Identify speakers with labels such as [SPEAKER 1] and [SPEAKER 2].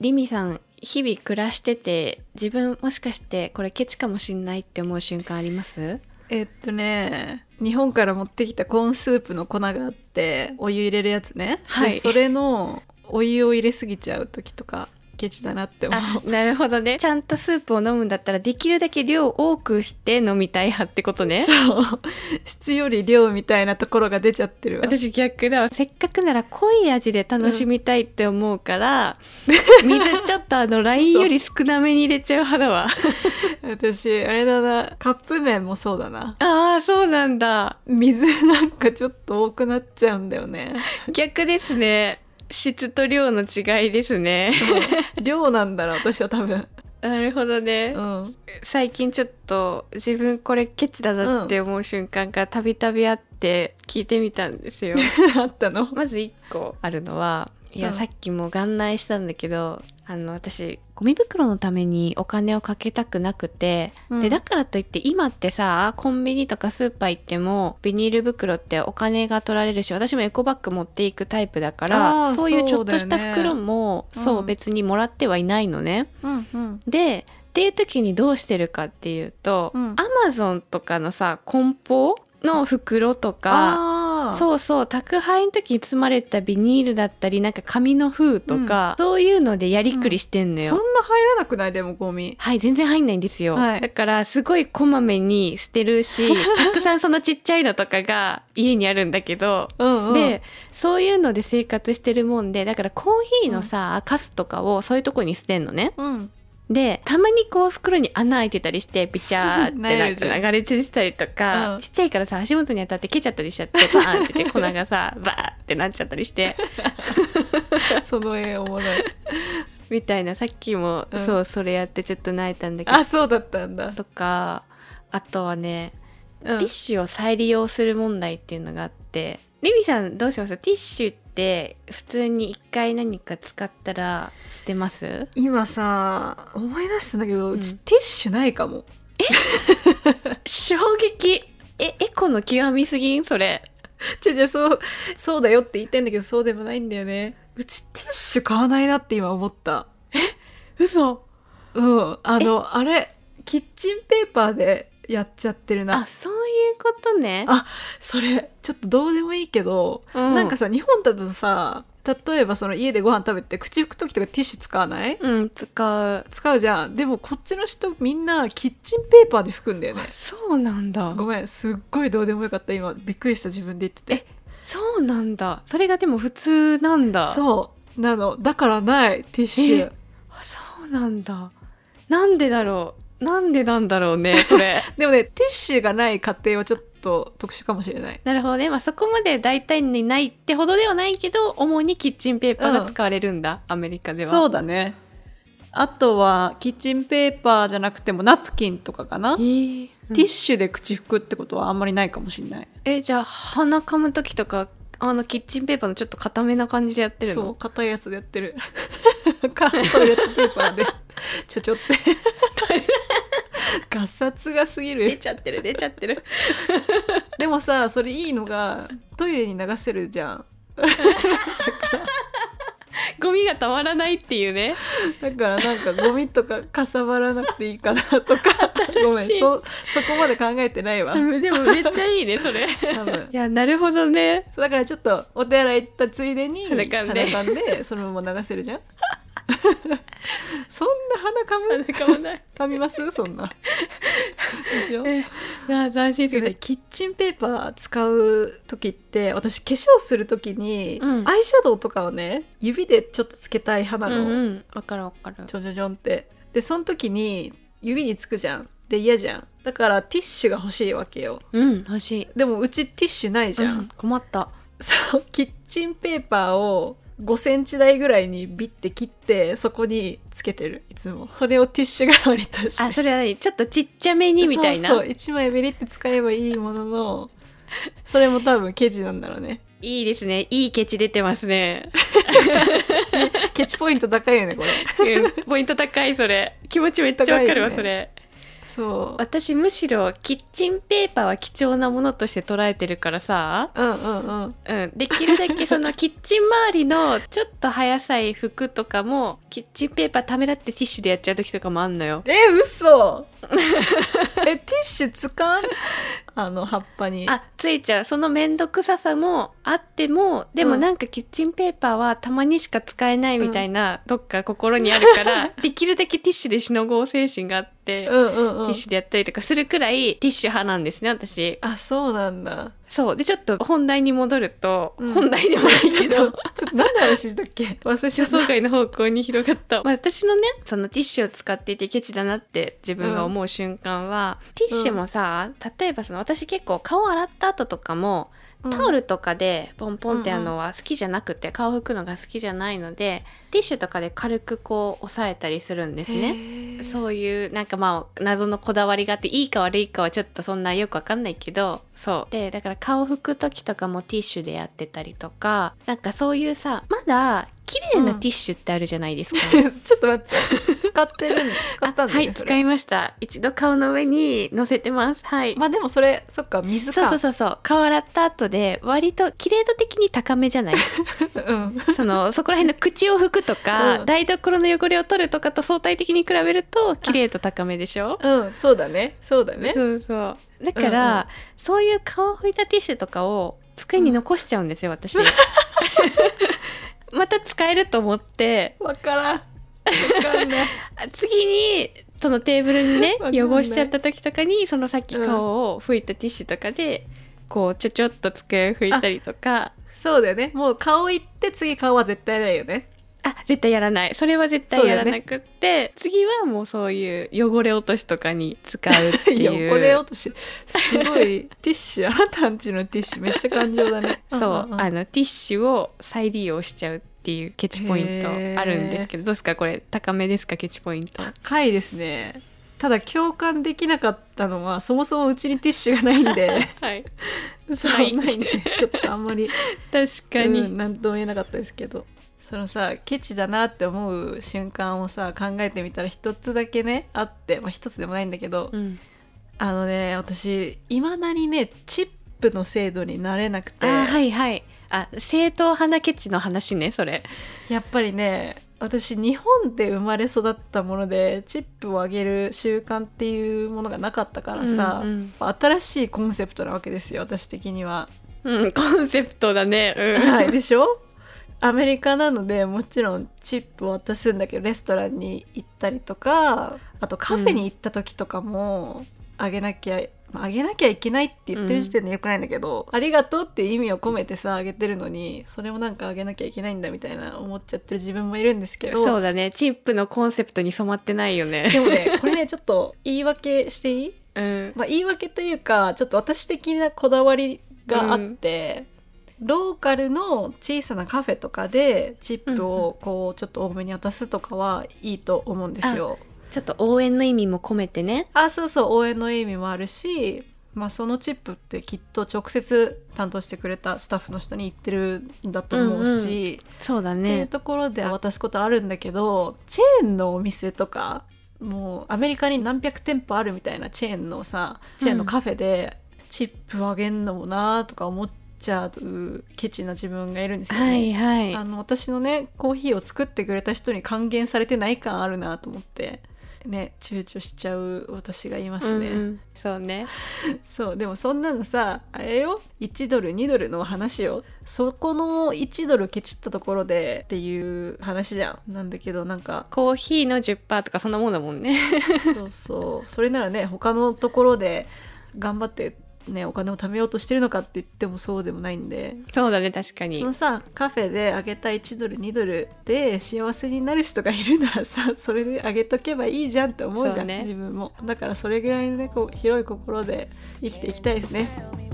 [SPEAKER 1] リミさん日々暮らしてて自分もしかしてこれケチかもしんないって思う瞬間あります
[SPEAKER 2] えっとね日本から持ってきたコーンスープの粉があってお湯入れるやつね、
[SPEAKER 1] はい
[SPEAKER 2] でそれのお湯を入れすぎちゃう時とかケチだなって思
[SPEAKER 1] あ
[SPEAKER 2] う
[SPEAKER 1] なるほどねちゃんとスープを飲むんだったらできるだけ量多くして飲みたい派ってことね
[SPEAKER 2] そう質より量みたいなところが出ちゃってるわ
[SPEAKER 1] 私逆だわせっかくなら濃い味で楽しみたいって思うから、水ちょっとあのラインより少なめに入れちゃう派だわ
[SPEAKER 2] 私あれだなカップ麺もそうだな
[SPEAKER 1] ああそうなんだ
[SPEAKER 2] 水なんかちょっと多くなっちゃうんだよね
[SPEAKER 1] 逆ですね質と量の違いですね
[SPEAKER 2] 量なんだろう私は多分
[SPEAKER 1] なるほどね、
[SPEAKER 2] うん
[SPEAKER 1] 最近ちょっと自分これケチだなって思う瞬間がたびたびあって聞いてみたんですよ
[SPEAKER 2] あったの
[SPEAKER 1] まず1個あるのはいや、
[SPEAKER 2] うん
[SPEAKER 1] さっきも眼内したんだけどあの私ゴミ袋のためにお金をかけたくなくて、
[SPEAKER 2] うん
[SPEAKER 1] でだからといって今ってさコンビニとかスーパー行ってもビニール袋ってお金が取られるし私もエコバッグ持っていくタイプだか
[SPEAKER 2] あー
[SPEAKER 1] らそういうちょっと
[SPEAKER 2] そ
[SPEAKER 1] し
[SPEAKER 2] うだ
[SPEAKER 1] た
[SPEAKER 2] よね
[SPEAKER 1] 袋もそう,、
[SPEAKER 2] うん
[SPEAKER 1] 別にもらってはいないのね。
[SPEAKER 2] うんうん
[SPEAKER 1] でっていう時にどうしてるかっていうと、
[SPEAKER 2] うん
[SPEAKER 1] Amazon とかのさ梱包の袋とか
[SPEAKER 2] あう
[SPEAKER 1] そうそう宅配の時に包まれたビニールだったりなんか紙の封とか、そういうのでやりくりしてんのよ。
[SPEAKER 2] そんな入らなくないでもゴミ
[SPEAKER 1] はい全然入んないんですよ、
[SPEAKER 2] はい
[SPEAKER 1] だからすごいこまめに捨てる したくさんそのちっちゃいのとかが家にあるんだけど
[SPEAKER 2] うんうん
[SPEAKER 1] でそういうので生活してるもんでだからコーヒーのさ、カスとかをそういうとこに捨てんのね
[SPEAKER 2] うん
[SPEAKER 1] でたまにこう袋に穴開いてたりしてビチャーっ
[SPEAKER 2] なるじ
[SPEAKER 1] て
[SPEAKER 2] ゃん
[SPEAKER 1] なんか流れてたりとか、
[SPEAKER 2] うん
[SPEAKER 1] ちっちゃいからさ足元に当たって蹴ちゃったりしちゃってバーンってて 粉がさバーってなっちゃったりして
[SPEAKER 2] その絵おもろい
[SPEAKER 1] みたいなさっきも、
[SPEAKER 2] うん
[SPEAKER 1] そうそれやってちょっと泣いたんだけど
[SPEAKER 2] あそうだったんだ、
[SPEAKER 1] とかあとはね、
[SPEAKER 2] うん
[SPEAKER 1] ティッシュを再利用する問題っていうのがあってリミさんどうしますティッシュって普通に一回何か使ったら捨て ます
[SPEAKER 2] 今さ思い出したんだけど、う
[SPEAKER 1] う
[SPEAKER 2] ち
[SPEAKER 1] ん
[SPEAKER 2] ティッシュないかも
[SPEAKER 1] 衝撃えエコの極みすぎんそれ
[SPEAKER 2] じゃじゃそうそうだよって言いたいんだけどそうでもないんだよねうちティッシュ買わないなって今思った
[SPEAKER 1] 嘘
[SPEAKER 2] うんあのあれキッチンペーパーでやっちゃってる
[SPEAKER 1] あ
[SPEAKER 2] な
[SPEAKER 1] そういうことね
[SPEAKER 2] あそれちょっとどうでもいいけど、
[SPEAKER 1] うん
[SPEAKER 2] なんかさ日本だとさ例えばその家でご飯食べて口拭く時とかティッシュ使わない
[SPEAKER 1] うん使う
[SPEAKER 2] 使うじゃんでもこっちの人みんなキッチンペーパーで拭くんだよね
[SPEAKER 1] あそうなんだ
[SPEAKER 2] ごめんすっごいどうでもよかった今びっくりした自分で言ってて
[SPEAKER 1] そうなんだそれがでも普通なんだ
[SPEAKER 2] そうなのだからないティッシュ
[SPEAKER 1] えあそうなんだなんでだろうなんでなんだろうね それ
[SPEAKER 2] でもねティッシュがない家庭はちょっと特殊かもしれない
[SPEAKER 1] なるほどねまあそこまで大体にないってほどではないけど主にキッチンペーパーが使われるんだ、アメリカでは
[SPEAKER 2] そううだねあとはキッチンペーパーじゃなくてもナプキンとかかな、
[SPEAKER 1] えーうん
[SPEAKER 2] ティッシュで口拭くってことはあんまりないかもしれない
[SPEAKER 1] えじゃあ鼻かむ時とかあのキッチンペーパーのちょっと固めな感じでやってるの
[SPEAKER 2] そう硬いやつでやって るかトイレットペーパーで ちょちょってガサツがすぎ
[SPEAKER 1] 出
[SPEAKER 2] る
[SPEAKER 1] ちゃってる出ちゃってる
[SPEAKER 2] でもさそれいいのがトイレに流せるじゃん
[SPEAKER 1] ゴミがたまらないっていうね
[SPEAKER 2] だからなんかゴミとかかさばらなくていいかなと かごめん
[SPEAKER 1] しい
[SPEAKER 2] そそこまで考えてないわ
[SPEAKER 1] うんでもめっちゃいいねそれ
[SPEAKER 2] 多分
[SPEAKER 1] いやなるほどね
[SPEAKER 2] そうだからちょっとお手洗い行ったついでに
[SPEAKER 1] 鼻かんで
[SPEAKER 2] 鼻かんでそのまま流せるじゃん そんな鼻かむ
[SPEAKER 1] かもない。
[SPEAKER 2] かみますそんなでしょ
[SPEAKER 1] えああ斬新ですね。
[SPEAKER 2] キッチンペーパー使う時って私化粧する時に、
[SPEAKER 1] うん
[SPEAKER 2] アイシャドウとかをね指でちょっとつけたい派なの、
[SPEAKER 1] うんうん。わかるわかる。
[SPEAKER 2] ちょんちょんちょんってでその時に指につくじゃんで嫌じゃんだからティッシュが欲しいわけよ
[SPEAKER 1] うん欲しい。
[SPEAKER 2] でもうちティッシュないじゃん、
[SPEAKER 1] うん困った。
[SPEAKER 2] そうキッチンペーパーを5センチ台ぐらいにビッて切ってそこにつけてるいつもそれをティッシュ代わりとして
[SPEAKER 1] あそれは何ちょっとちっちゃめにみたいな。
[SPEAKER 2] そうそう1枚ベリって使えばいいもののそれも多分ケチなんだろうね
[SPEAKER 1] いいですね。いいケチ出てますね。
[SPEAKER 2] ケチポイント高いよねこれ
[SPEAKER 1] うんポイント高いそれ。気持ちめっちゃわかるわ、
[SPEAKER 2] 高いよね
[SPEAKER 1] それ。
[SPEAKER 2] そう
[SPEAKER 1] 私むしろキッチンペーパーは貴重なものとして捉えてるからさ、
[SPEAKER 2] うんうんうん
[SPEAKER 1] うん、できるだけその キッチン周りのちょっと早さい服とかもキッチンペーパーためらってティッシュでやっちゃう時とかもあんのよ
[SPEAKER 2] え嘘 えティッシュつかんあの葉っぱに
[SPEAKER 1] あついちゃうその面倒くささもあってもでも
[SPEAKER 2] うん
[SPEAKER 1] なんかキッチンペーパーはたまにしか使えないみたいな、どっか心にあるから できるだけティッシュでしのごう精神があって、
[SPEAKER 2] うんうんう
[SPEAKER 1] ティ
[SPEAKER 2] ん
[SPEAKER 1] ッシュでやったりとかするくらいティッシュ派なんですね私
[SPEAKER 2] あそうなんだ
[SPEAKER 1] そうでちょっと本題に戻ると、
[SPEAKER 2] うん
[SPEAKER 1] 本題でもないけ
[SPEAKER 2] ちょっ
[SPEAKER 1] ど
[SPEAKER 2] とちょっと何の話したっけ忘れちゃ
[SPEAKER 1] 予
[SPEAKER 2] った
[SPEAKER 1] 想外の方向に広がった、まあ、 私のねそのティッシュを使っていてケチだなって自分が思う瞬間は、ティッシュもさ例えばその私結構顔洗った後とかもタオ
[SPEAKER 2] ル
[SPEAKER 1] ルとかでポンポンってやるのは好きじゃなくて、顔拭くのが好きじゃないのでティッシュとかで軽くこう押さえたりするんですね。
[SPEAKER 2] ね
[SPEAKER 1] そういうなんかまあ謎のこだわりがあっていいか悪いかはちょっとそんなよくわかんないけどそうでだから顔拭く時とかもティッシュでやってたりとかなんかそういうさまだ綺麗なティッシュってあるじゃない ですか、
[SPEAKER 2] ちょっと待って使ってるん使ったんだ
[SPEAKER 1] は
[SPEAKER 2] よね
[SPEAKER 1] い
[SPEAKER 2] それ
[SPEAKER 1] 使いました一度顔の上に乗せてますはい
[SPEAKER 2] まあでもそれそっか水
[SPEAKER 1] そう
[SPEAKER 2] か
[SPEAKER 1] そうそうそう顔洗った後で割と綺麗度的に高めじゃない
[SPEAKER 2] うん
[SPEAKER 1] そのそこら辺の口を拭くとか、
[SPEAKER 2] うん
[SPEAKER 1] 台所の汚れを取るとかと相対的に比べると綺麗度高めでしょ
[SPEAKER 2] うんそうだねそうだね
[SPEAKER 1] そうそうだから、
[SPEAKER 2] うんうん
[SPEAKER 1] そういう顔を拭いたティッシュとかを机に残しちゃうんです よ、私また使えると思って
[SPEAKER 2] わからんわか んない
[SPEAKER 1] あ次にそのテーブルに ね
[SPEAKER 2] わかんない
[SPEAKER 1] 汚しちゃった時とかにそのさっき顔を拭いたティッシュとかで、こうちょちょっと机を拭いたりとか
[SPEAKER 2] そうだよねもう顔いって次顔は絶対ないよね
[SPEAKER 1] あ絶対やらないそれは絶対やらなくって、次はもうそういう汚れ落としとかに使うって
[SPEAKER 2] い や
[SPEAKER 1] いう
[SPEAKER 2] 汚れ落としすごい ティッシュあなたんちのティッシュめっちゃ感情だね
[SPEAKER 1] そう、
[SPEAKER 2] んんん
[SPEAKER 1] あのティッシュを再利用しちゃうっていうケチポイントあるんですけどどうですかこれ高めですかケチポイント
[SPEAKER 2] 高いですねただ共感できなかったのはそもそもうちにティッシュがないんで
[SPEAKER 1] はい
[SPEAKER 2] そう
[SPEAKER 1] ない
[SPEAKER 2] ないんでちょっとあんまり
[SPEAKER 1] 確かに、
[SPEAKER 2] うんなんとも言えなかったですけどそのさケチだなって思う瞬間をさ考えてみたら一つだけねあってまあ一つでもないんだけど、
[SPEAKER 1] うん
[SPEAKER 2] あのね私いまだにねチップの制度になれなくて、
[SPEAKER 1] あーはいはいあ正統派なケチの話ねそれ
[SPEAKER 2] やっぱりね私日本で生まれ育ったものでチップをあげる習慣っていうものがなかったからさ、
[SPEAKER 1] うんうん
[SPEAKER 2] 新しいコンセプトなわけですよ私的 には。
[SPEAKER 1] うんコンセプトだねうん
[SPEAKER 2] はい、でしょアメリカなのでもちろんチップを渡すんだけどレストランに行ったりとかあとカフェに行った時とかもあげなきゃ、まああげなきゃいけないって言ってる時点でよくないんだけど、ありがとうっていう意味を込めてさあげてるのにそれもなんかあげなきゃいけないんだみたいな思っちゃってる自分もいるんですけ ど
[SPEAKER 1] そうだねチップのコンセプトに染まってないよね
[SPEAKER 2] でもねこれねちょっと言い訳していい
[SPEAKER 1] うん
[SPEAKER 2] まあ、言い訳というかちょっと私的なこだわりがあって、ローカルの小さなカフェとかでチップをこうちょっと多めに渡すとかはいいと思うんですよ。
[SPEAKER 1] ちょっと応援の意味も込めてね
[SPEAKER 2] あそうそう応援の意味もあるし、まあ、そのチップってきっと直接担当してくれたスタッフの人に言ってるんだと思うし、
[SPEAKER 1] そうだ
[SPEAKER 2] っていう
[SPEAKER 1] ね
[SPEAKER 2] ところで渡すことあるんだけどチェーンのお店とかもうアメリカに何百店舗あるみたいなチェーンのさチェーンのカフェでチップあげんのもなーとか思っちゃうケチな自分がいるんですよね。
[SPEAKER 1] はいはい
[SPEAKER 2] あの私のねコーヒーを作ってくれた人に還元されてない感あるなと思ってね躊躇しちゃう私がいますね、
[SPEAKER 1] うんうんそうね
[SPEAKER 2] そうでもそんなのさあれよ1ドル2ドルの話よそこの1ドルケチったところでっていう話じゃんなんだけどなんか
[SPEAKER 1] コーヒーの10%とかそんなもんだもんね
[SPEAKER 2] そうそうそれならね他のところで頑張ってねお金を貯めようとしてるのかって言ってもそうでもないんで
[SPEAKER 1] そうだね確かに
[SPEAKER 2] そのさカフェであげた1ドル2ドルで幸せになる人がいるならさそれであげとけばいいじゃんって思うじ
[SPEAKER 1] そ
[SPEAKER 2] ゃ、
[SPEAKER 1] うんね
[SPEAKER 2] 自分もだからそれぐらいのねこう広い心で生きていきたいですね
[SPEAKER 3] Tell me